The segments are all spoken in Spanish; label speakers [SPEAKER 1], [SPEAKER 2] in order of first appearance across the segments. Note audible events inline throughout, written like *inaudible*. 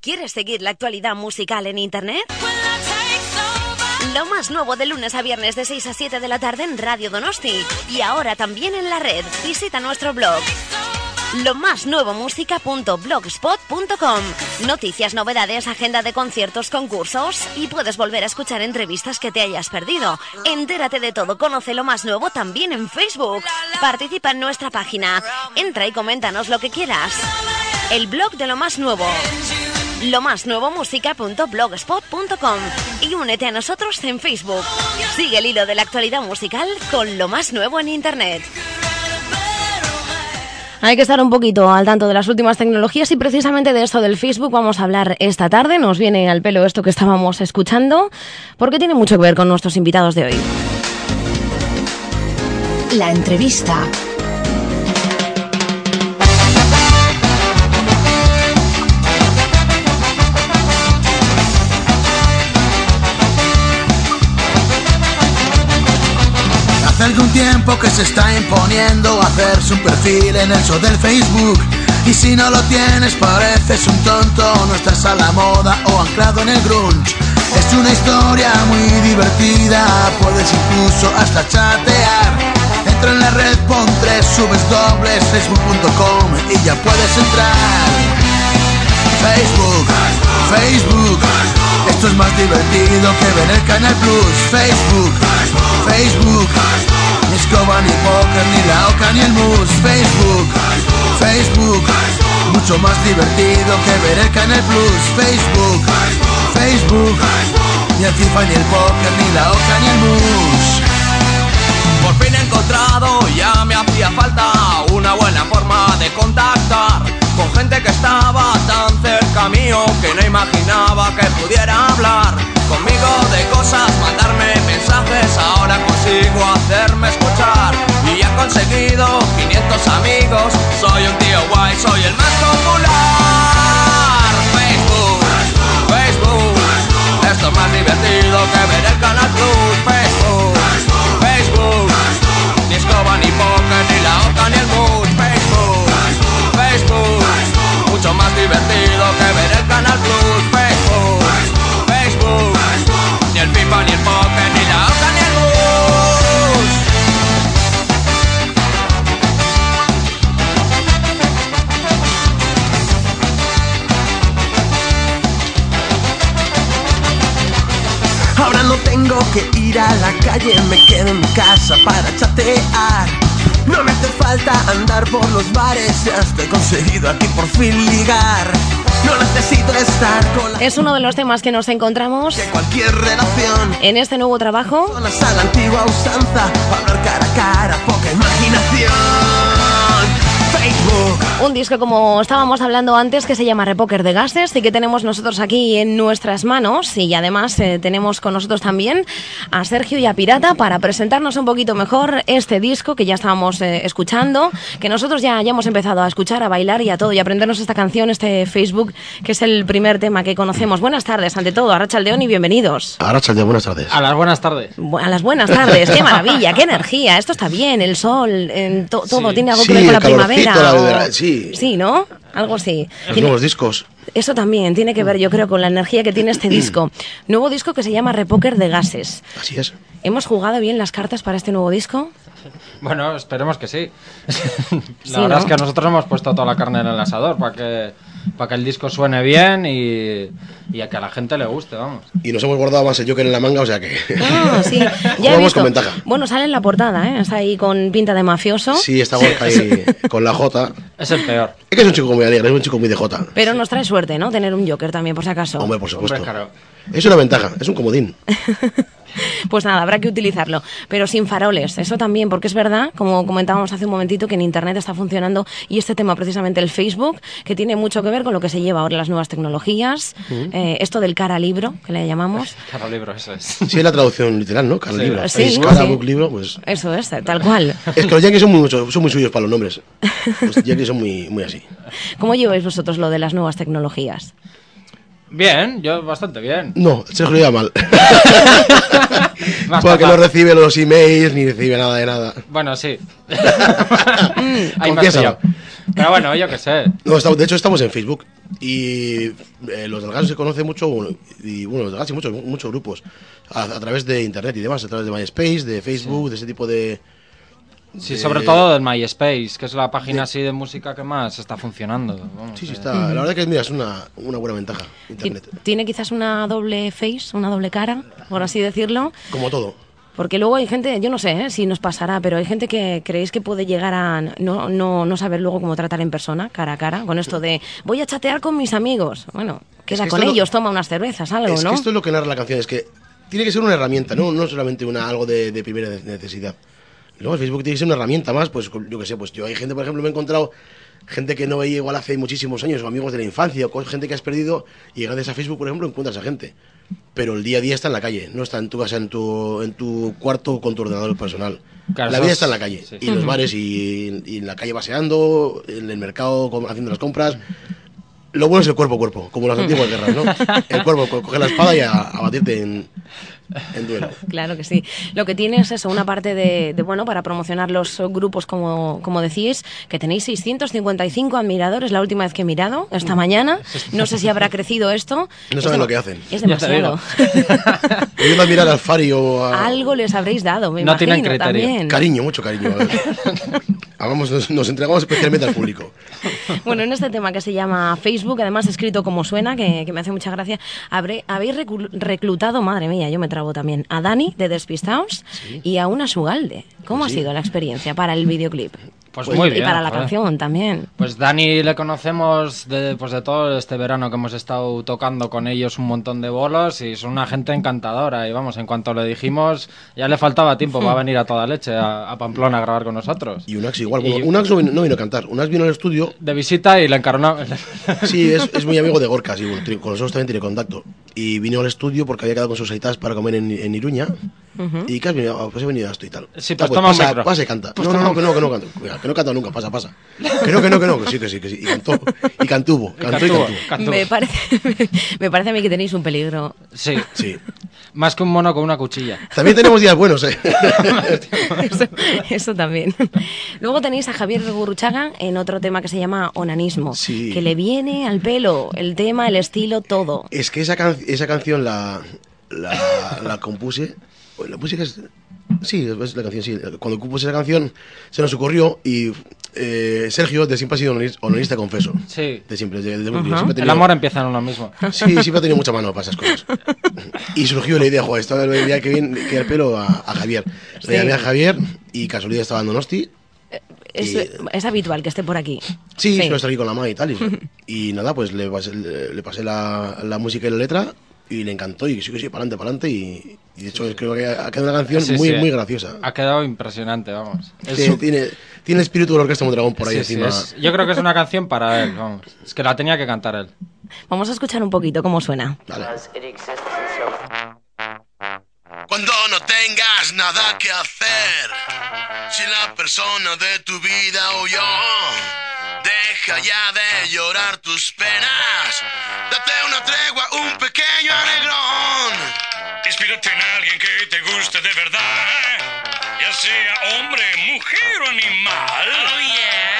[SPEAKER 1] ¿Quieres seguir la actualidad musical en Internet? Lo más nuevo de lunes a viernes de 6 a 7 de la tarde en Radio Donosti y ahora también en la red. Visita nuestro blog. Lo más nuevo música.blogspot.com. Noticias, novedades, agenda de conciertos, concursos y puedes volver a escuchar entrevistas que te hayas perdido. Entérate de todo, conoce lo más nuevo también en Facebook. Participa en nuestra página. Entra y coméntanos lo que quieras. El blog de lo más nuevo. Lo más nuevo música.blogspot.com y únete a nosotros en Facebook. Sigue el hilo de la actualidad musical con lo más nuevo en Internet. Hay que estar un poquito al tanto de las últimas tecnologías y precisamente de esto del Facebook vamos a hablar esta tarde. Nos viene al pelo esto que estábamos escuchando porque tiene mucho que ver con nuestros invitados de hoy.
[SPEAKER 2] La entrevista.
[SPEAKER 3] Hace algún tiempo que se está imponiendo hacerse un perfil en eso del Facebook. Y si no lo tienes pareces un tonto, no estás a la moda o anclado en el grunge. Es una historia muy divertida, puedes incluso hasta chatear. Entra en la red, pon tres subes dobles, facebook.com y ya puedes entrar. Facebook, Facebook, esto es más divertido que ver el Canal Plus. Facebook, Facebook, ni escoba ni póker, ni la oca ni el mus. Facebook, Facebook, mucho más divertido que ver el Canal Plus. Facebook, Facebook, ni el FIFA ni el póker, ni la oca ni el mus.
[SPEAKER 4] Por fin he encontrado, ya me hacía falta una buena forma de contactar con gente que estaba tan cerca mío que no imaginaba que pudiera hablar conmigo de cosas, mandarme mensajes. Ahora consigo hacerme escuchar y he conseguido 500 amigos. Soy un tío guay, soy el más popular. Facebook, Facebook, esto es más divertido que ver el canal Plus. Facebook, Facebook, ni escoba ni poker, ni la oca ni el mood. Facebook, Facebook, mucho más divertido que ver el canal Plus. Facebook, Facebook, ni el pipa, ni el poker, ni la oca ni el mood.
[SPEAKER 3] Ahora no tengo que ir a la calle, me quedo en casa para chatear. No me hace falta andar por los bares, ya estoy conseguido aquí por fin ligar. No necesito estar con la
[SPEAKER 1] Es uno de los temas que nos encontramos
[SPEAKER 3] de cualquier relación.
[SPEAKER 1] en este nuevo trabajo
[SPEAKER 3] Zonas a la antigua usanza, hablar cara a cara, poca imaginación. Facebook,
[SPEAKER 1] Un disco como estábamos hablando antes que se llama Repoker de Gases y que tenemos nosotros aquí en nuestras manos y además eh, tenemos con nosotros también a Sergio y a Pirata para presentarnos un poquito mejor este disco que ya estábamos eh, escuchando, que nosotros ya, ya hemos empezado a escuchar, a bailar y a todo y a aprendernos esta canción, este Facebook, que es el primer tema que conocemos. Buenas tardes, ante todo, a Rachaldeón y bienvenidos.
[SPEAKER 5] Ahora, Chalde, buenas tardes.
[SPEAKER 6] A las buenas tardes.
[SPEAKER 1] Bu- A las buenas tardes, qué maravilla, qué energía, esto está bien, el sol, en to- todo, tiene algo que
[SPEAKER 5] Sí,
[SPEAKER 1] ver con la
[SPEAKER 5] el calorcito,
[SPEAKER 1] primavera.
[SPEAKER 5] la
[SPEAKER 1] o-
[SPEAKER 5] verdad, sí.
[SPEAKER 1] Sí, ¿no? Algo así.
[SPEAKER 5] Los
[SPEAKER 1] Tiene-
[SPEAKER 5] nuevos discos.
[SPEAKER 1] eso también tiene que ver, yo creo, con la energía que tiene
[SPEAKER 5] Mm.
[SPEAKER 1] este disco. Nuevo disco que se llama Repoker de Gases.
[SPEAKER 5] Así es.
[SPEAKER 1] ¿Hemos jugado bien las cartas para este nuevo disco?
[SPEAKER 6] Bueno, esperemos que sí. la
[SPEAKER 1] Sí,
[SPEAKER 6] verdad
[SPEAKER 1] ¿no?
[SPEAKER 6] es que nosotros hemos puesto toda la carne en el asador para que, para que el disco suene bien y, y a que a la gente le guste, vamos.
[SPEAKER 5] Y nos hemos guardado más el Joker en la manga, o sea que.
[SPEAKER 1] Ah,
[SPEAKER 5] *laughs*
[SPEAKER 1] sí. Ya he
[SPEAKER 5] Jugamos
[SPEAKER 1] visto.
[SPEAKER 5] con ventaja.
[SPEAKER 1] Bueno, sale en la portada, ¿eh? Está ahí con pinta de mafioso.
[SPEAKER 5] *laughs* Sí, está Gorka ahí con la J.
[SPEAKER 6] Es el peor.
[SPEAKER 5] Es que es un chico muy alegre, es un chico muy de J.
[SPEAKER 1] Pero nos trae suerte, ¿no? Tener un Joker también, por si acaso.
[SPEAKER 5] Hombre, por supuesto.
[SPEAKER 6] Hombre, claro.
[SPEAKER 5] Es una ventaja, es un comodín.
[SPEAKER 1] *laughs* Pues nada, habrá que utilizarlo. Pero sin faroles, eso también, porque es verdad, como comentábamos hace un momentito, que en Internet está funcionando y este tema, precisamente el Facebook, que tiene mucho que ver con lo que se lleva ahora las nuevas tecnologías, eh, esto del cara libro, que le llamamos.
[SPEAKER 6] *laughs* Claro, libro, eso es.
[SPEAKER 5] Sí, es la traducción literal, ¿no? Cada
[SPEAKER 6] Sí,
[SPEAKER 5] libro.
[SPEAKER 1] sí,
[SPEAKER 5] es
[SPEAKER 1] sí.
[SPEAKER 5] cada book libro, pues.
[SPEAKER 1] Eso es, tal cual.
[SPEAKER 5] Es que los yankees son muy, mucho- son muy suyos para los nombres. Los yankees son muy, muy así.
[SPEAKER 1] ¿Cómo lleváis vosotros lo de las nuevas tecnologías?
[SPEAKER 6] Bien, yo bastante bien.
[SPEAKER 5] No, se lo lleva mal.
[SPEAKER 6] *laughs* Más
[SPEAKER 5] Porque no
[SPEAKER 6] capaz.
[SPEAKER 5] recibe los emails ni recibe nada de nada.
[SPEAKER 6] Bueno, sí.
[SPEAKER 5] Confiésalo.
[SPEAKER 6] pillado. Pero bueno, yo qué sé.
[SPEAKER 5] No, estamos- de hecho, estamos en Facebook. Y eh, los delgados se conoce mucho, bueno, y bueno, los delgados y muchos, muchos grupos, a, a través de internet y demás, a través de MySpace, de Facebook, de ese tipo de.
[SPEAKER 6] Sí,
[SPEAKER 5] de-
[SPEAKER 6] sobre todo del MySpace, que es la página así de música que más está funcionando. vamos,
[SPEAKER 5] Sí, sí,
[SPEAKER 6] eh.
[SPEAKER 5] está. Ah, La verdad que, mira, es una, una buena ventaja, internet.
[SPEAKER 1] Ti- Tiene quizás una doble face, una doble cara, por así decirlo.
[SPEAKER 5] Como todo.
[SPEAKER 1] Porque luego hay gente, yo no sé ¿eh? si nos pasará, pero hay gente que creéis que puede llegar a no, no, no saber luego cómo tratar en persona, cara a cara, con esto de voy a chatear con mis amigos. Bueno, queda
[SPEAKER 5] que
[SPEAKER 1] con
[SPEAKER 5] esto lo-
[SPEAKER 1] ellos, toma unas cervezas, algo,
[SPEAKER 5] es
[SPEAKER 1] ¿no?
[SPEAKER 5] que esto es lo que narra la canción, es que tiene que ser una herramienta, no, no solamente una, algo de, de primera ne- necesidad. Luego el Facebook tiene que ser una herramienta más, pues con- yo que sé, pues yo hay gente, por ejemplo, me he encontrado gente que no veía igual hace muchísimos años, o amigos de la infancia, o co- gente que has perdido, y gracias a Facebook, por ejemplo, encuentras a gente. Pero el día a día está en la calle, no está en tu casa, en tu, en tu cuarto con tu ordenador personal.
[SPEAKER 6] Claro,
[SPEAKER 5] la
[SPEAKER 6] eso
[SPEAKER 5] vida
[SPEAKER 6] es-
[SPEAKER 5] está en la calle,
[SPEAKER 6] sí.
[SPEAKER 5] y los bares, y, y en la calle paseando, en el mercado com- haciendo las compras. Lo bueno es el cuerpo a cuerpo, como las antiguas guerras, ¿no? El cuerpo, co- coger la espada y a, a batirte en, en duelo.
[SPEAKER 1] Claro que sí. Lo que tiene es eso, una parte de, de, bueno, para promocionar los grupos, como, como decís, que tenéis 655 admiradores, la última vez que he mirado, esta
[SPEAKER 5] Mm.
[SPEAKER 1] mañana. No sé si
[SPEAKER 5] *laughs*
[SPEAKER 1] habrá crecido esto.
[SPEAKER 5] No
[SPEAKER 1] Es
[SPEAKER 5] saben
[SPEAKER 1] dema-
[SPEAKER 5] lo que hacen.
[SPEAKER 1] Es
[SPEAKER 6] Ya te digo.
[SPEAKER 1] demasiado.
[SPEAKER 5] Yo a mirar al Fari o
[SPEAKER 1] *laughs*
[SPEAKER 5] a...
[SPEAKER 1] Algo les habréis dado, me
[SPEAKER 6] No tienen
[SPEAKER 1] imagino,
[SPEAKER 6] criterio.
[SPEAKER 1] también.
[SPEAKER 5] Cariño, mucho cariño. a ver. Hagamos- nos, nos entregamos especialmente al público.
[SPEAKER 1] *laughs* Bueno, en este tema que se llama Facebook, además escrito como suena, que, que me hace mucha gracia, habré- habéis recu- reclutado, madre mía, yo me trabo también, a Dani de Despistaos y a una Sugalde. ¿Cómo ha sido la experiencia para el videoclip?
[SPEAKER 6] Pues
[SPEAKER 1] y
[SPEAKER 6] *laughs* muy bien.
[SPEAKER 1] para la
[SPEAKER 6] joder.
[SPEAKER 1] canción también.
[SPEAKER 6] Pues Dani le conocemos de, pues de todo este verano que hemos estado tocando con ellos un montón de bolos y son una gente encantadora y vamos, en cuanto le dijimos ya le faltaba tiempo para venir a toda leche a, a Pamplona a grabar con nosotros.
[SPEAKER 5] Y Unax igual.
[SPEAKER 6] Y-
[SPEAKER 5] Unax no vino, no vino a cantar. Unax vino al estudio.
[SPEAKER 6] De visita y le encarnó... *laughs*
[SPEAKER 5] Sí, es, es muy amigo de Gorka, sí, bueno, tiene- con nosotros también tiene contacto. Y vino al estudio porque había quedado con sus aitas para comer en, en Iruña. Y que has venido, Ah, pues he venido a esto y tal.
[SPEAKER 6] Sí,
[SPEAKER 5] Ah,
[SPEAKER 6] pues toma un
[SPEAKER 5] pasa,
[SPEAKER 6] micro.
[SPEAKER 5] pasa y canta. no, no, no, que no, que no canto. Cuidado, que no canta nunca, pasa, pasa. Que no, que no, que no, que sí, que sí, que sí. Y cantó. Y cantuvo, cantó y
[SPEAKER 6] Cantuvo,
[SPEAKER 5] cantuvo.
[SPEAKER 6] cantuvo.
[SPEAKER 1] Me parece, *laughs* me parece a mí que tenéis un
[SPEAKER 6] *laughs*
[SPEAKER 1] peligro.
[SPEAKER 6] Sí,
[SPEAKER 5] Sí.
[SPEAKER 6] más que un mono con una cuchilla.
[SPEAKER 5] También tenemos días buenos,
[SPEAKER 6] *laughs*
[SPEAKER 5] ¿eh?
[SPEAKER 1] Eso, eso también. Luego tenéis a Javier Gurruchaga en otro tema que se llama Onanismo,
[SPEAKER 5] Sí.
[SPEAKER 1] que le viene al pelo el tema, el estilo, todo.
[SPEAKER 5] Es que esa, can- esa canción la, la, la compuse. o La música es. Sí, es la canción, sí. Cuando compuse esa canción se nos ocurrió y eh, Sergio de siempre ha sido honor- honorista, confeso.
[SPEAKER 6] Sí.
[SPEAKER 5] De siempre. de- de- de-
[SPEAKER 1] Ajá.
[SPEAKER 5] siempre ha
[SPEAKER 6] El
[SPEAKER 5] tenido-
[SPEAKER 6] amor empieza en uno mismo.
[SPEAKER 5] Sí, siempre ha tenido mucha mano para esas cosas. Y surgió la idea, joder, esto el día que viene que el pelo a, a Javier.
[SPEAKER 1] Sí.
[SPEAKER 5] Le llamé a Javier y casualidad estaba en Donosti.
[SPEAKER 6] Eh,
[SPEAKER 1] Es,
[SPEAKER 5] Y-
[SPEAKER 1] es habitual que esté por aquí.
[SPEAKER 5] Sí, suelo estar aquí con la madre y tal. Y, y nada, pues le pasé, le, le pasé la, la música y la letra y le encantó y sí, que sí, para adelante, para adelante. Y, y de hecho creo que ha quedado una canción
[SPEAKER 6] Sí,
[SPEAKER 5] muy,
[SPEAKER 6] sí.
[SPEAKER 5] muy graciosa.
[SPEAKER 6] Ha quedado impresionante, vamos. Es
[SPEAKER 5] Tiene,
[SPEAKER 6] un-
[SPEAKER 5] tiene, tiene el espíritu de la orquesta Mondragón por ahí
[SPEAKER 6] sí, sí,
[SPEAKER 5] encima.
[SPEAKER 6] es- yo creo que es una canción para él, vamos. Es que la tenía que cantar él.
[SPEAKER 1] Vamos a escuchar un poquito cómo suena.
[SPEAKER 5] Dale.
[SPEAKER 7] it existence of
[SPEAKER 3] Cuando no tengas nada que hacer, si la persona de tu vida huyó, deja ya de llorar tus penas, date una tregua, un pequeño alegrón.
[SPEAKER 8] Inspírate en alguien que te guste de verdad, ya sea hombre, mujer o animal.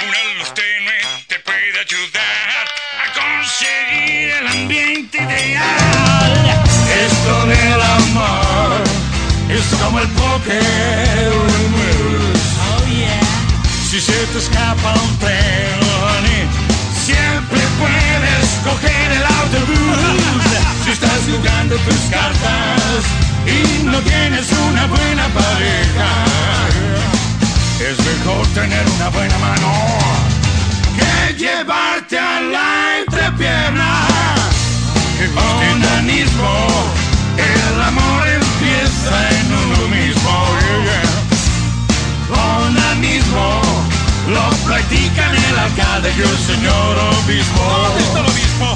[SPEAKER 8] Una luz tenue te puede ayudar a conseguir el ambiente ideal. Esto del amor es como el póker. Oh Si se te escapa un tren, honey, siempre puedes coger el autobús. Si estás jugando tus cartas y no tienes una buena pareja, es mejor tener una buena mano que llevarte a la entrepierna. Con anismo, el amor empieza en uno mismo. yeah, yeah. Onanismo lo practican el alcalde y el señor obispo. ¿Dónde está el obispo?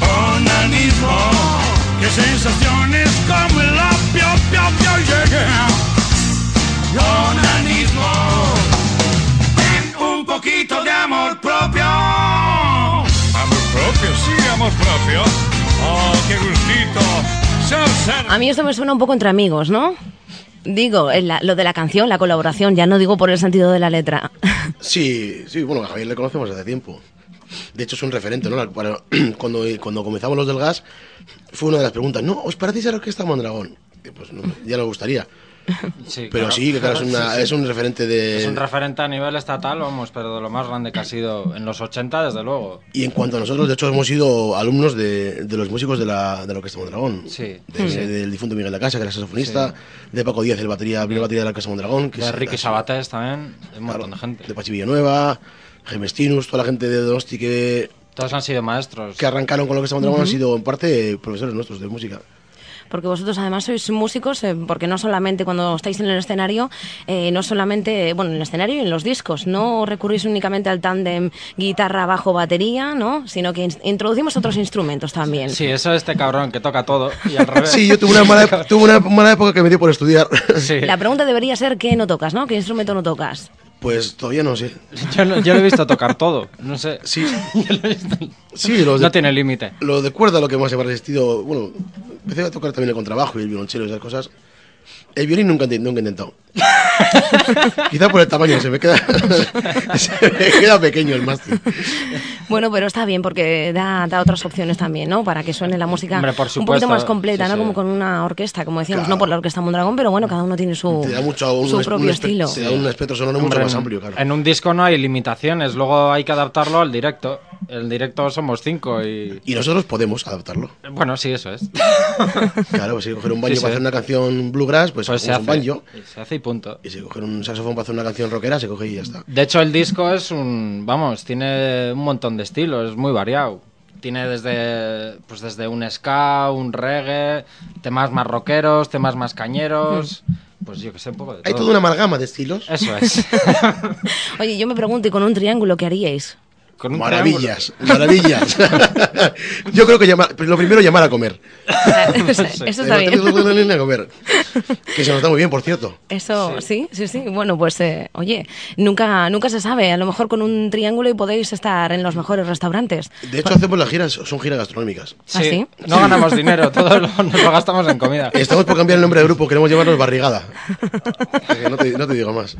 [SPEAKER 8] Onanismo, que sensaciones como el opio, opio, opio, yeah, yeah. Onanismo, ten un poquito de amor propio. Amor propio, sí, amor propio. Oh, qué gustito. Salsa.
[SPEAKER 1] A mí esto me suena un poco entre amigos, ¿no? Digo, en la- lo de la canción, la colaboración, ya no digo por el sentido de la letra. *laughs*
[SPEAKER 5] Sí, sí, bueno, a Javier le conocemos hace tiempo. de hecho es un referente, ¿no? Para- *clears throat* cuando, cuando comenzamos los del gas, fue una de las preguntas, ¿no? ¿Os parecéis a la orquesta Mondragón? Eh, Pues no, ya nos gustaría.
[SPEAKER 6] Sí,
[SPEAKER 5] Pero
[SPEAKER 6] claro.
[SPEAKER 5] sí, que claro,
[SPEAKER 6] *laughs*
[SPEAKER 5] es, una-
[SPEAKER 6] Sí, sí.
[SPEAKER 5] es un referente de...
[SPEAKER 6] Es un referente a nivel estatal, vamos, pero de lo más grande que ha sido en los 80, desde luego.
[SPEAKER 5] y en cuanto a nosotros, de hecho, hemos sido alumnos de, de los músicos de la, de la Orquesta Mondragón.
[SPEAKER 6] Sí.
[SPEAKER 5] De-
[SPEAKER 6] Sí.
[SPEAKER 5] Del difunto Miguel de Casa, que era saxofonista, de Paco Díaz, el batería, primer batería de la Orquesta Mondragón. Que
[SPEAKER 6] De
[SPEAKER 5] es-
[SPEAKER 6] Ricky Sabatés también, de un
[SPEAKER 5] Claro,
[SPEAKER 6] montón de gente.
[SPEAKER 5] De Pachi Villanueva, Gemestinus, toda la gente de Donosti que,
[SPEAKER 6] Todos han sido maestros.
[SPEAKER 5] que arrancaron con lo que estamos Mondragón han sido en parte profesores nuestros de música.
[SPEAKER 1] Porque vosotros además sois músicos, eh, porque no solamente cuando estáis en el escenario, eh, no solamente, eh, bueno, en el escenario y en los discos, no recurrís únicamente al tándem guitarra, bajo, batería, ¿no? Sino que in- introducimos otros instrumentos también.
[SPEAKER 6] Sí, eso este cabrón que toca todo
[SPEAKER 5] *laughs*
[SPEAKER 6] y al revés.
[SPEAKER 5] Sí, yo tuve una mala, ep- tuve una mala época que me dio por estudiar.
[SPEAKER 6] Sí.
[SPEAKER 1] La pregunta debería ser qué no tocas, ¿no? ¿Qué instrumento no tocas?
[SPEAKER 5] Pues todavía no
[SPEAKER 6] *laughs*
[SPEAKER 5] sé.
[SPEAKER 6] Yo, lo- yo lo he visto tocar todo, no sé.
[SPEAKER 5] Sí, sí los de,
[SPEAKER 6] No tiene límite.
[SPEAKER 5] lo de cuerda lo que más he resistido. Bueno, empecé a tocar también el contrabajo y el violonchelo y esas cosas. El violín nunca, he intent- nunca he intentado. *laughs* Quizá por el tamaño, se me queda, *laughs* se me queda pequeño el mástil.
[SPEAKER 1] Bueno, pero está bien porque da, da otras opciones también, ¿no? Para que suene la música
[SPEAKER 6] Hombre, por
[SPEAKER 1] un
[SPEAKER 6] supuesto,
[SPEAKER 1] poquito más completa,
[SPEAKER 6] sí,
[SPEAKER 1] ¿no?
[SPEAKER 6] sí.
[SPEAKER 1] Como con una orquesta, como decíamos,
[SPEAKER 5] Claro.
[SPEAKER 1] no por la orquesta Mondragón, pero bueno, cada uno tiene su,
[SPEAKER 5] Te da mucho un,
[SPEAKER 1] su
[SPEAKER 5] un
[SPEAKER 1] Oh. propio
[SPEAKER 5] espe-
[SPEAKER 1] estilo.
[SPEAKER 5] Te da un espectro sonoro
[SPEAKER 6] Hombre,
[SPEAKER 5] mucho más
[SPEAKER 6] en-
[SPEAKER 5] amplio, claro.
[SPEAKER 6] En un disco no hay limitaciones, luego hay que adaptarlo al directo. El directo somos cinco y...
[SPEAKER 5] Y nosotros
[SPEAKER 1] *laughs*
[SPEAKER 5] podemos adaptarlo.
[SPEAKER 6] Bueno, sí, eso es.
[SPEAKER 5] Claro, pues si coger un banjo
[SPEAKER 6] Sí, sí.
[SPEAKER 5] para hacer una canción bluegrass, pues,
[SPEAKER 6] Pues se
[SPEAKER 5] cogemos
[SPEAKER 6] hace.
[SPEAKER 5] un banjo.
[SPEAKER 6] y Se hace y punto.
[SPEAKER 5] Y si coger un saxofón para hacer una canción rockera, se coge y ya está.
[SPEAKER 6] De hecho, el disco es un. Vamos, tiene un montón de estilos, es muy variado. Tiene desde, pues desde un ska, un reggae, temas más rockeros, temas más cañeros. Pues yo que sé, un poco de todo.
[SPEAKER 5] Hay toda una amalgama de estilos. *laughs*
[SPEAKER 6] Eso es.
[SPEAKER 1] *laughs* Oye, yo me pregunto, ¿y con un triángulo qué haríais?
[SPEAKER 6] *laughs* Con un
[SPEAKER 5] Maravillas, maravillas.
[SPEAKER 6] *laughs*
[SPEAKER 5] *laughs* Yo creo que llamar, lo primero llamar a comer.
[SPEAKER 1] *laughs* Eso eso está bien.
[SPEAKER 5] A comer. Que se nos da muy bien, por cierto.
[SPEAKER 1] *laughs* Eso, sí, sí, sí. Bueno, pues eh, oye, nunca, nunca se sabe. A lo mejor con un triángulo y podéis estar en los mejores restaurantes.
[SPEAKER 5] De hecho, hacemos las giras, son giras gastronómicas.
[SPEAKER 6] triángulo. Sí.
[SPEAKER 1] ¿Ah,
[SPEAKER 6] No ganamos dinero, todo lo, nos lo gastamos en comida.
[SPEAKER 5] Estamos por cambiar el nombre del grupo, queremos llamarnos Barrigada.
[SPEAKER 1] *laughs*
[SPEAKER 5] No te, no te digo más.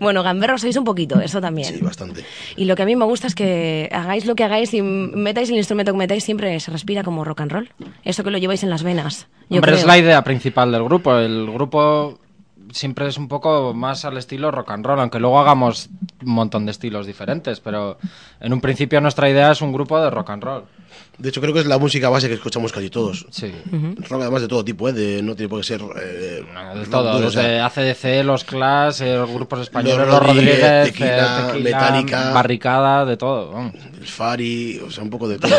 [SPEAKER 1] Bueno, gamberros sois un poquito, eso
[SPEAKER 5] Sí,
[SPEAKER 1] también.
[SPEAKER 5] bastante.
[SPEAKER 1] Y lo que a mí me gusta es que hagáis lo que hagáis y metáis el instrumento que metáis, siempre se respira como rock and roll. Eso que lo lleváis en las venas. Yo
[SPEAKER 6] Hombre,
[SPEAKER 1] creo.
[SPEAKER 6] es la idea principal del grupo. El grupo siempre es un poco más al estilo rock and roll, aunque luego hagamos un montón de estilos diferentes, pero en un principio nuestra idea es un grupo de rock and roll.
[SPEAKER 5] De hecho, creo que es la música base que escuchamos casi todos.
[SPEAKER 6] Sí.
[SPEAKER 5] Rock además de todo tipo, ¿eh? De- no tiene por qué ser... eh,
[SPEAKER 6] No, de
[SPEAKER 5] rock
[SPEAKER 6] todo,
[SPEAKER 5] duro, o sea,
[SPEAKER 6] desde ACDC, los Clash, eh, los grupos españoles,
[SPEAKER 5] Los
[SPEAKER 6] los
[SPEAKER 5] Rodríguez,
[SPEAKER 6] Rodríguez, eh,
[SPEAKER 5] Tequila, Metallica.
[SPEAKER 6] Barricada, de todo. vamos.
[SPEAKER 5] el Fari, o sea, un poco de
[SPEAKER 6] *laughs*
[SPEAKER 5] todo.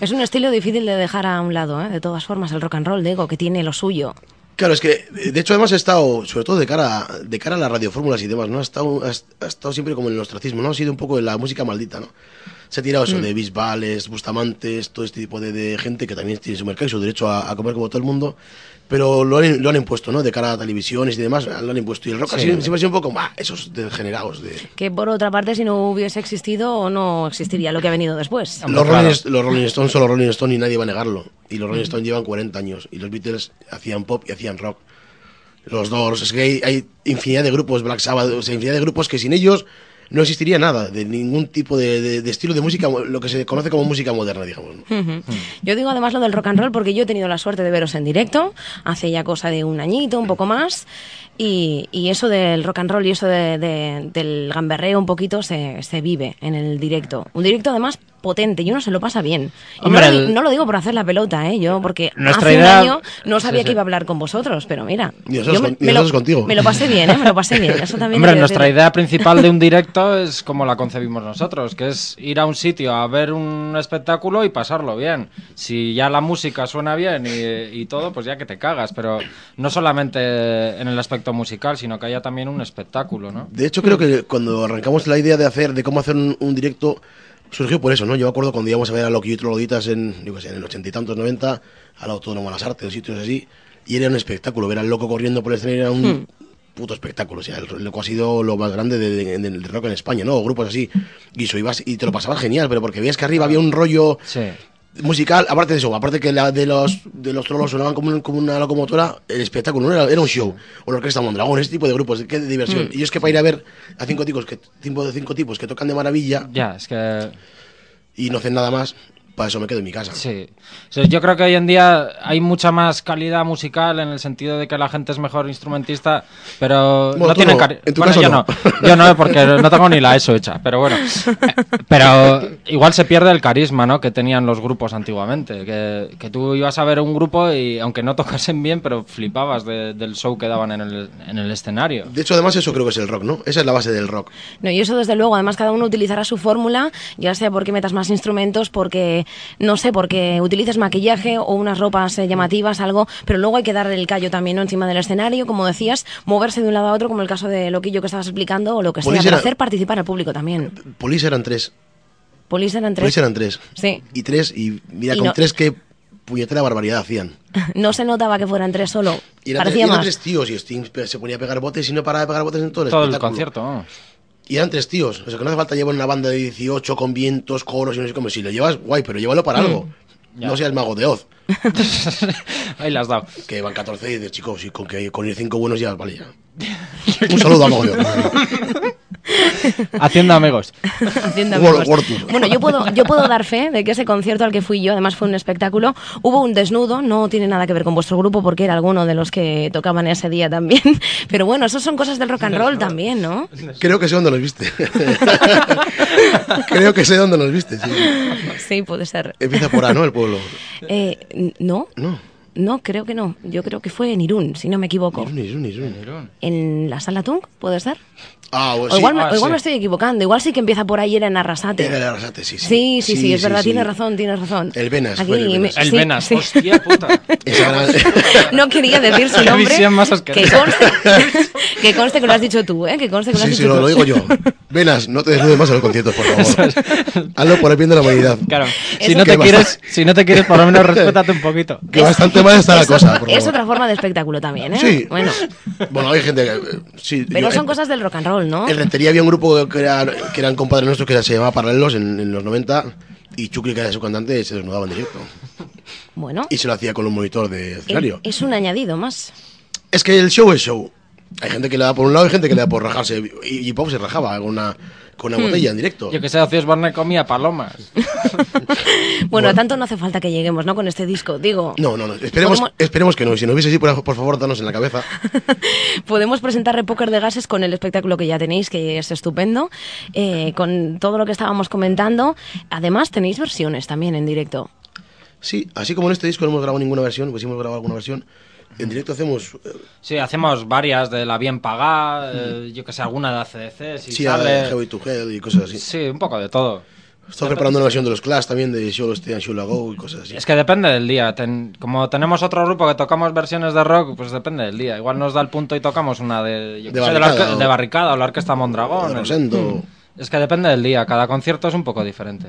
[SPEAKER 1] Es un estilo difícil de dejar a un lado, ¿eh? de todas formas, el rock and roll, digo, que tiene lo suyo.
[SPEAKER 5] claro, es que, de hecho, además he estado, sobre todo de cara, a- de cara a las radiofórmulas y demás, ¿no? Ha estado, ha, ha estado siempre como en el ostracismo, ¿no? Ha sido un poco la música maldita, ¿no? Se ha tirado eso de Bisbales, Bustamantes, todo este tipo de, de gente que también tiene su mercado y su derecho a, a comer como todo el mundo, pero lo han, lo han impuesto, ¿no? De cara a televisiones y demás, lo han impuesto. Y el rock ha
[SPEAKER 6] Sí.
[SPEAKER 5] sido- siempre ha sido un poco, bah, esos degenerados de...
[SPEAKER 1] Que por otra parte, si no hubiese existido, no existiría lo que ha venido después.
[SPEAKER 6] Hombre,
[SPEAKER 5] Los Rolling,
[SPEAKER 6] claro.
[SPEAKER 5] St- los Rolling Stones son los Rolling Stones y nadie va a negarlo. Y los Rolling Stones llevan 40 años. Y los Beatles hacían pop y hacían rock. Los Doors, es que hay, hay infinidad de grupos, Black Sabbath, o sea, infinidad de grupos que sin ellos no existiría nada, de ningún tipo de, de- de estilo de música, lo que se conoce como música moderna, digamos. ¿no?
[SPEAKER 1] Ujú. Yo digo además lo del rock and roll porque yo he tenido la suerte de veros en directo hace ya cosa de un añito, un poco más, y, y eso del rock and roll y eso de- de- del gamberreo un poquito se, se vive en el directo. Un directo además potente y uno se lo pasa bien. Y
[SPEAKER 6] Hombre,
[SPEAKER 1] no, lo, di-
[SPEAKER 6] el-
[SPEAKER 1] no lo digo por hacer la pelota, ¿eh? yo porque
[SPEAKER 6] Nuestra
[SPEAKER 1] hace
[SPEAKER 6] idea-
[SPEAKER 1] un año no
[SPEAKER 6] Sí,
[SPEAKER 1] sabía
[SPEAKER 6] sí.
[SPEAKER 1] que iba a hablar con vosotros, pero mira,
[SPEAKER 5] Y nosotros
[SPEAKER 1] me,
[SPEAKER 5] con- y nosotros
[SPEAKER 1] lo,
[SPEAKER 5] contigo.
[SPEAKER 1] me lo pasé bien, ¿eh? me lo pasé bien. Eso también
[SPEAKER 6] Hombre,
[SPEAKER 1] hay que
[SPEAKER 6] nuestra
[SPEAKER 1] decirlo.
[SPEAKER 6] idea principal de un directo es como la concebimos nosotros, que es ir a un sitio a ver un espectáculo y pasarlo bien. Si ya la música suena bien y, y todo, pues ya que te cagas, pero no solamente en el aspecto musical, sino que haya también un espectáculo, ¿no?
[SPEAKER 5] De hecho, creo que cuando arrancamos la idea de hacer, de cómo hacer un, un directo, surgió por eso, ¿no? Yo me acuerdo cuando íbamos a ver a Loki y Trogloditas en, yo qué sé, en el ochenta y tantos, noventa, al Autónomo, a las Artes, sitios así, y era un espectáculo, ver al loco corriendo por el escenario era un puto espectáculo, o sea, el loco ha sido lo más grande de- de- del rock en España, ¿no? O grupos así, y, eso, ibas, y te lo pasabas genial, pero porque veías que arriba había un rollo
[SPEAKER 6] Sí.
[SPEAKER 5] musical, aparte de eso, aparte que la de los de los trolos sonaban como, un- como una locomotora, el espectáculo era, era un show, una orquesta Mondragón, este tipo de grupos, qué diversión.
[SPEAKER 1] Mm.
[SPEAKER 5] Y yo es que para ir a ver a cinco tipos que tipo de cinco tipos que tocan de maravilla
[SPEAKER 6] Ya, es que
[SPEAKER 5] y no hacen nada más, para eso me quedo en mi casa.
[SPEAKER 6] Sí. O sea, yo creo que hoy en día hay mucha más calidad musical en el sentido de que la gente es mejor instrumentista, pero
[SPEAKER 5] Bueno,
[SPEAKER 6] no
[SPEAKER 5] tú
[SPEAKER 6] tienen
[SPEAKER 5] no.
[SPEAKER 6] cari-
[SPEAKER 5] En tu
[SPEAKER 6] Bueno,
[SPEAKER 5] caso
[SPEAKER 6] yo
[SPEAKER 5] no.
[SPEAKER 6] Yo no, porque no tengo ni la ESO hecha,
[SPEAKER 5] *laughs*
[SPEAKER 6] pero bueno. Eh, Pero igual se pierde el carisma, ¿no? Que tenían los grupos antiguamente. Que, que tú ibas a ver un grupo y aunque no tocasen bien, pero flipabas de- del show que daban en el, en el escenario.
[SPEAKER 5] De hecho, además eso creo que es el rock, ¿no? Esa es la base del rock.
[SPEAKER 1] No, y eso desde luego, además cada uno utilizará su fórmula, ya sea porque metas más instrumentos, porque, no sé, porque utilices maquillaje o unas ropas eh, llamativas, algo, pero luego hay que darle el callo también ¿no? encima del escenario, como decías, moverse de un lado a otro, como el caso de Loquillo que estabas explicando, o lo que sea,
[SPEAKER 5] Podéis
[SPEAKER 1] para
[SPEAKER 5] ir a-
[SPEAKER 1] hacer participar al público también.
[SPEAKER 5] Police eran tres,
[SPEAKER 1] Polis eran tres.
[SPEAKER 5] Police eran tres.
[SPEAKER 1] Sí. *laughs*
[SPEAKER 5] Y tres y mira
[SPEAKER 1] Y
[SPEAKER 5] con
[SPEAKER 1] no-
[SPEAKER 5] tres qué puñetera barbaridad hacían.
[SPEAKER 1] No se notaba que fueran tres solo,
[SPEAKER 5] Y eran, tres,
[SPEAKER 1] parecía
[SPEAKER 5] y eran
[SPEAKER 1] más.
[SPEAKER 5] tres tíos y Sting pe- se ponía a pegar botes y no paraba de pegar botes en todo el
[SPEAKER 6] Todo el
[SPEAKER 5] espectáculo.
[SPEAKER 6] concierto, vamos. *laughs*
[SPEAKER 5] Y eran tres tíos. O sea, que no hace falta llevar una banda de 18 con vientos, coros y no sé cómo. Si lo llevas, guay, pero llévalo para algo. No seas mago de Oz,
[SPEAKER 6] Ahí las has dado.
[SPEAKER 5] que van 14 y dices, chicos, y con, que, con ir 5 buenos ya, vale ya. Un saludo a mago de Oz.
[SPEAKER 6] Haciendo amigos.
[SPEAKER 1] Hacienda,
[SPEAKER 5] World-
[SPEAKER 1] amigos.
[SPEAKER 5] World Tour.
[SPEAKER 1] Bueno, yo puedo, yo puedo dar fe de que ese concierto al que fui yo, además fue un espectáculo, hubo un desnudo, no tiene nada que ver con vuestro grupo porque era alguno de los que tocaban ese día también, *laughs* pero bueno, eso son cosas del rock and roll también,
[SPEAKER 6] *laughs*
[SPEAKER 1] ¿no?
[SPEAKER 5] Creo que sé dónde
[SPEAKER 1] *laughs*
[SPEAKER 5] nos viste. Creo que sé dónde nos viste, sí.
[SPEAKER 1] Sí, puede ser.
[SPEAKER 5] Empieza por A, ¿no? El pueblo.
[SPEAKER 1] Eh, n- ¿No?
[SPEAKER 5] No.
[SPEAKER 1] No, creo que no. Yo creo que fue en Irún, si no me equivoco.
[SPEAKER 5] Irún, Irún, Irún.
[SPEAKER 1] ¿En la sala Tung? ¿Puede ser?
[SPEAKER 5] Ah, bueno,
[SPEAKER 1] o
[SPEAKER 5] sí.
[SPEAKER 1] igual, me,
[SPEAKER 6] ah,
[SPEAKER 1] o igual
[SPEAKER 6] sí.
[SPEAKER 1] me estoy equivocando. Igual sí que empieza por ahí, era en Arrasate.
[SPEAKER 5] Era de Arrasate, sí, sí.
[SPEAKER 1] Sí, sí, sí, es verdad,
[SPEAKER 5] sí.
[SPEAKER 1] tienes razón, tienes razón.
[SPEAKER 5] El Venas,
[SPEAKER 1] Aquí
[SPEAKER 5] fue el
[SPEAKER 1] me-
[SPEAKER 5] Venas.
[SPEAKER 6] El
[SPEAKER 1] sí,
[SPEAKER 6] Venas,
[SPEAKER 1] sí.
[SPEAKER 6] hostia puta.
[SPEAKER 5] Esa gran-
[SPEAKER 1] *laughs* No quería decir su
[SPEAKER 6] Qué
[SPEAKER 1] nombre.
[SPEAKER 6] visión más
[SPEAKER 1] que,
[SPEAKER 6] asquerosa. *laughs*
[SPEAKER 1] conste, que conste que lo has dicho tú, ¿eh? Que conste que lo has dicho
[SPEAKER 5] Sí, sí, lo,
[SPEAKER 1] tú.
[SPEAKER 5] lo
[SPEAKER 1] *laughs*
[SPEAKER 5] digo yo. Venas, no te desnudes más en los conciertos, por favor. Hazlo por el bien de la humanidad.
[SPEAKER 6] Claro. Si
[SPEAKER 1] Eso-
[SPEAKER 6] no, te
[SPEAKER 5] ¿Qué pasa?
[SPEAKER 6] quieres, si no te quieres, por
[SPEAKER 5] *laughs*
[SPEAKER 6] lo menos respétate un poquito.
[SPEAKER 5] Que bastante mal está la
[SPEAKER 1] Es
[SPEAKER 5] cosa,
[SPEAKER 1] otra-
[SPEAKER 5] por
[SPEAKER 1] es
[SPEAKER 5] favor.
[SPEAKER 1] otra forma de espectáculo también, ¿eh?
[SPEAKER 5] Sí.
[SPEAKER 1] Bueno,
[SPEAKER 5] Bueno, hay gente que. eh, Sí,
[SPEAKER 1] pero
[SPEAKER 5] yo-
[SPEAKER 1] son
[SPEAKER 5] en-
[SPEAKER 1] cosas del rock and roll, ¿no?
[SPEAKER 5] En Rentería había un grupo que, era- que eran compadres nuestros que se llamaba Paralelos en, en los 90 y Chucky, que era su cantante, se desnudaba en directo.
[SPEAKER 1] Bueno, eh,
[SPEAKER 5] Y se lo hacía con un monitor de escenario.
[SPEAKER 1] es un añadido más.
[SPEAKER 5] Es que el show es show. Hay gente que le da por un lado, hay gente que le da por rajarse. Y, y Pop se rajaba con una, con
[SPEAKER 1] Hmm.
[SPEAKER 5] una botella en directo.
[SPEAKER 6] Yo que sé, Ocios Barney comía palomas.
[SPEAKER 1] Bueno, a tanto no hace falta que lleguemos, ¿no? Con este disco, digo.
[SPEAKER 5] No, no, no. Esperemos,
[SPEAKER 1] Podemos-
[SPEAKER 5] esperemos que no. Y Si nos hubiese así, por, por favor, danos en la cabeza.
[SPEAKER 1] Podemos presentar Repoker de Gases con el espectáculo que ya tenéis, que es estupendo, eh, con todo lo que estábamos comentando. Además, tenéis versiones también en directo.
[SPEAKER 5] Sí, así como en este disco no hemos grabado ninguna versión, pues sí hemos grabado alguna versión. En directo hacemos. eh,
[SPEAKER 6] Sí, hacemos varias de la bien pagada, eh, yo que sé, alguna de ACDC, si
[SPEAKER 5] Mm. sí, a
[SPEAKER 6] sale.
[SPEAKER 5] Heavy to Hell y cosas así.
[SPEAKER 6] Sí, un poco de todo.
[SPEAKER 5] Estoy preparando una versión de los Clash también, de Show Stay and Show Go y cosas así.
[SPEAKER 6] Es que depende del día. Ten- como tenemos otro grupo que tocamos versiones de rock, pues depende del día. Igual nos da el punto y tocamos una de, yo
[SPEAKER 5] De
[SPEAKER 6] que sé, de, la orque-
[SPEAKER 5] Barricada pues o-
[SPEAKER 6] de barricada o la orquesta Mondragón.
[SPEAKER 5] De
[SPEAKER 6] el- Mm.
[SPEAKER 5] Rosendo.
[SPEAKER 6] Es que depende del día. Cada concierto es un poco diferente.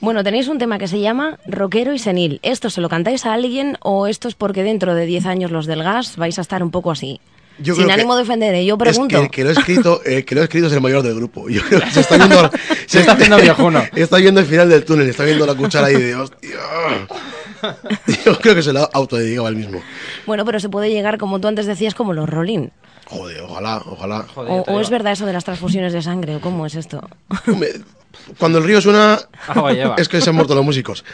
[SPEAKER 1] Bueno, tenéis un tema que se llama Rockero y Senil. ¿Esto se lo cantáis a alguien o esto es porque dentro de 10 años los del gas vais a estar un poco así?
[SPEAKER 5] Yo
[SPEAKER 1] Sin
[SPEAKER 5] creo que-
[SPEAKER 1] ánimo de ofender, ¿eh? yo pregunto.
[SPEAKER 5] Es que el que lo ha escrito, el que lo ha escrito es el mayor del grupo. Yo creo que se está viendo,
[SPEAKER 6] *laughs* Se está haciendo viejuno.
[SPEAKER 5] *laughs* Está viendo el final del túnel, está viendo la cuchara ahí de hostia. *laughs* Yo creo que se lo autodedicaba el mismo.
[SPEAKER 1] Bueno, pero se puede llegar, como tú antes decías, como los Rolling.
[SPEAKER 5] Joder, ojalá, ojalá.
[SPEAKER 1] O,
[SPEAKER 6] Joder, yo te
[SPEAKER 1] o
[SPEAKER 6] digo.
[SPEAKER 1] es verdad eso de las transfusiones de sangre? ¿O cómo es esto?
[SPEAKER 5] Hombre, Cuando el río suena,
[SPEAKER 6] Agua lleva.
[SPEAKER 5] es que se han muerto los músicos.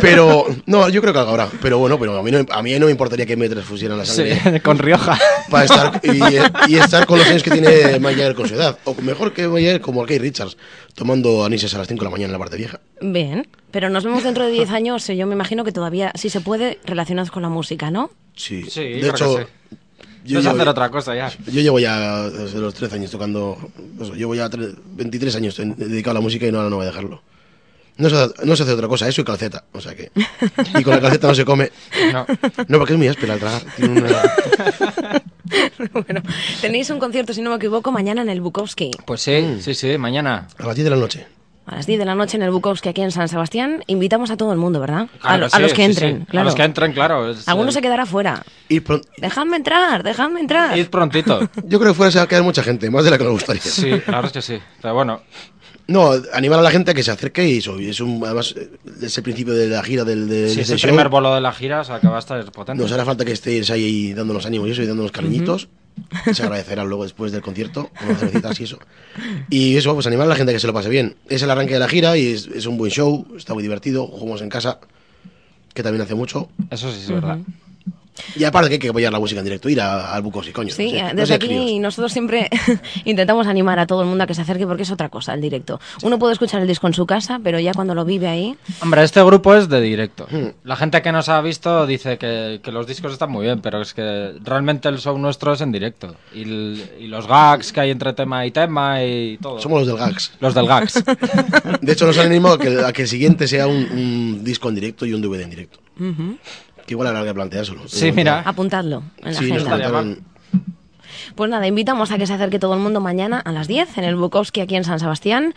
[SPEAKER 5] Pero, no, yo creo que algo habrá. Pero bueno, pero a mí no, a mí no me importaría que me transfusieran la sangre. *laughs*
[SPEAKER 6] Sí, con Rioja.
[SPEAKER 5] para estar y, y estar con los años que tiene Mike Jagger con su edad. O mejor que Mike Jagger como Kate Richards, tomando anises a las 5 de la mañana en la parte vieja.
[SPEAKER 1] Bien, pero nos vemos dentro de 10 años. y Yo me imagino que todavía, si se puede, relacionados con la música, ¿no?
[SPEAKER 5] Sí,
[SPEAKER 6] Sí,
[SPEAKER 5] de
[SPEAKER 6] creo
[SPEAKER 5] hecho,
[SPEAKER 6] que sí.
[SPEAKER 5] yo,
[SPEAKER 6] Vas a
[SPEAKER 5] llevo,
[SPEAKER 6] hacer otra cosa ya.
[SPEAKER 5] yo llevo ya desde los 13 años tocando. eso, llevo ya tre- 23 años en- dedicado a la música y no, ahora no voy a dejarlo. No se, hace- no se hace otra cosa, eso y calceta. O sea que. Y con la calceta no se come.
[SPEAKER 6] No.
[SPEAKER 5] No, porque es muy áspera al tragar. tiene *laughs* una-
[SPEAKER 1] bueno, tenéis un concierto, si no me equivoco, mañana en el Bukowski.
[SPEAKER 6] Pues sí,
[SPEAKER 5] Mm.
[SPEAKER 6] sí, sí, mañana.
[SPEAKER 5] A las 10 de la noche.
[SPEAKER 1] A las 10 de la noche en el Bukowski aquí en San Sebastián. Invitamos a todo el mundo, ¿verdad? a,
[SPEAKER 6] Claro
[SPEAKER 1] lo- a
[SPEAKER 6] sí,
[SPEAKER 1] los que
[SPEAKER 6] sí,
[SPEAKER 1] entren,
[SPEAKER 6] sí.
[SPEAKER 1] claro.
[SPEAKER 6] A los que entren, claro. es,
[SPEAKER 1] Alguno
[SPEAKER 6] eh,
[SPEAKER 1] se quedará fuera.
[SPEAKER 5] Ir pron-
[SPEAKER 1] Dejadme entrar, dejadme entrar.
[SPEAKER 6] Id prontito.
[SPEAKER 1] *laughs*
[SPEAKER 5] Yo creo que fuera se va a quedar mucha gente, más de la que nos gustaría.
[SPEAKER 6] Sí, la verdad es que sí. Pero bueno,
[SPEAKER 5] No, animar a la gente a que se acerque y eso, y es un, además eh, es el principio de la gira del, del
[SPEAKER 6] Si
[SPEAKER 5] de
[SPEAKER 6] es
[SPEAKER 5] este
[SPEAKER 6] el
[SPEAKER 5] show.
[SPEAKER 6] primer bolo de la gira, o sea que va a estar potente.
[SPEAKER 5] Nos hará falta que estéis ahí dándonos ánimos y eso, y dándonos cariñitos. Se agradecerá luego después del concierto, con las cervecitas y eso. Y eso, pues animar a la gente a que se lo pase bien. Es el arranque de la gira y es, es un buen show, está muy divertido, jugamos en casa, que también hace mucho.
[SPEAKER 6] Eso sí es verdad.
[SPEAKER 5] Y aparte que hay que apoyar la música en directo, ir a, al Bucos y coño.
[SPEAKER 1] Sí,
[SPEAKER 5] no sé,
[SPEAKER 1] eh,
[SPEAKER 5] no
[SPEAKER 1] desde
[SPEAKER 5] sé,
[SPEAKER 1] aquí
[SPEAKER 5] críos.
[SPEAKER 1] nosotros siempre *laughs* intentamos animar a todo el mundo a que se acerque porque es otra cosa el directo. Uno puede escuchar el disco en su casa, pero ya cuando lo vive ahí,
[SPEAKER 6] Hombre, este grupo es de directo.
[SPEAKER 5] Mm.
[SPEAKER 6] La gente que nos ha visto dice que, que los discos están muy bien, pero es que realmente el show nuestro es en directo. Y, el- y los gags que hay entre tema y tema y todo.
[SPEAKER 5] Somos los del Gags.
[SPEAKER 6] los del gags.
[SPEAKER 5] De hecho, nos han animado a que, a que el siguiente sea un, un disco en directo y un DVD en directo. Que igual habrá que planteárselo.
[SPEAKER 6] Sí, mira.
[SPEAKER 1] apuntadlo en la
[SPEAKER 5] Sí, nos
[SPEAKER 1] agenda.
[SPEAKER 6] estaría mal.
[SPEAKER 5] contaron-
[SPEAKER 1] Pues nada, invitamos a que se acerque todo el mundo mañana a las 10 en el Bukowski aquí en San Sebastián.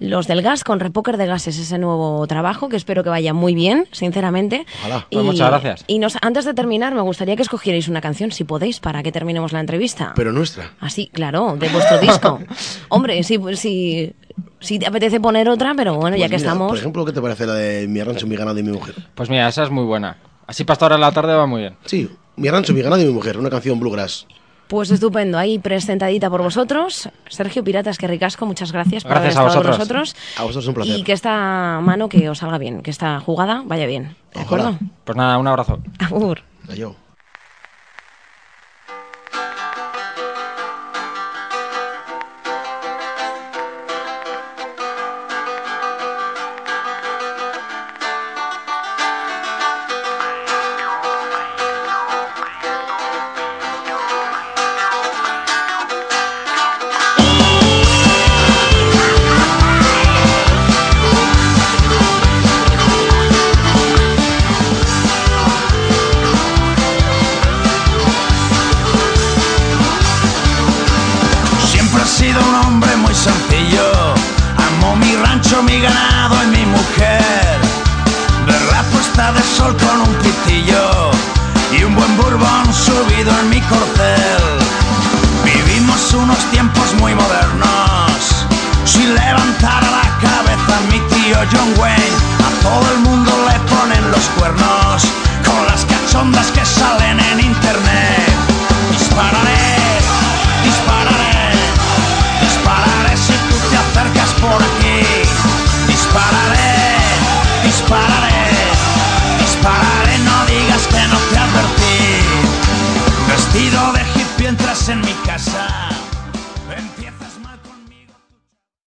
[SPEAKER 1] Los del gas con Repoker de Gases, ese nuevo trabajo que espero que vaya muy bien, sinceramente.
[SPEAKER 5] Ojalá.
[SPEAKER 6] Pues muchas gracias.
[SPEAKER 1] Y nos, antes de terminar, me gustaría que escogierais una canción, si podéis, para que terminemos la entrevista.
[SPEAKER 5] Pero nuestra.
[SPEAKER 1] Así, Ah, claro, de vuestro
[SPEAKER 5] *laughs*
[SPEAKER 1] disco. Hombre, sí, pues, sí, sí te apetece poner otra, pero bueno, ya
[SPEAKER 5] Pues
[SPEAKER 1] que
[SPEAKER 5] mira,
[SPEAKER 1] estamos.
[SPEAKER 5] Por ejemplo, ¿qué te parece la de Mi rancho, mi ganado y mi mujer?
[SPEAKER 6] Pues mira, esa es muy buena. Así para esta hora de la tarde va muy bien.
[SPEAKER 5] Sí, Mi rancho, mi ganado y mi mujer, una canción bluegrass.
[SPEAKER 1] Pues estupendo, ahí presentadita por vosotros. Sergio Piratas, que ricasco, muchas gracias por
[SPEAKER 6] Gracias
[SPEAKER 1] haber
[SPEAKER 6] a
[SPEAKER 1] estado con
[SPEAKER 6] vosotros.
[SPEAKER 1] nosotros.
[SPEAKER 5] A vosotros un placer.
[SPEAKER 1] Y que esta mano que os salga bien, que esta jugada vaya bien. ¿De
[SPEAKER 5] Ojalá.
[SPEAKER 1] acuerdo?
[SPEAKER 6] Pues nada, un abrazo.
[SPEAKER 1] Agur.
[SPEAKER 5] Adiós.
[SPEAKER 8] Siempre he sido un hombre muy sencillo. Amo mi rancho, mi ganado y mi mujer. Ver la puesta de sol con un pitillo y un buen bourbon subido en mi corcel. Vivimos unos tiempos muy modernos. Sin levantar la cabeza, mi tío John Wayne. A todo el mundo le ponen los cuernos con las cachondas que salen en internet. Dispararé, dispararé, dispararé si tú te acercas por aquí. Dispararé, dispararé, dispararé, no digas que no te advertí. Vestido de hippie entras en mi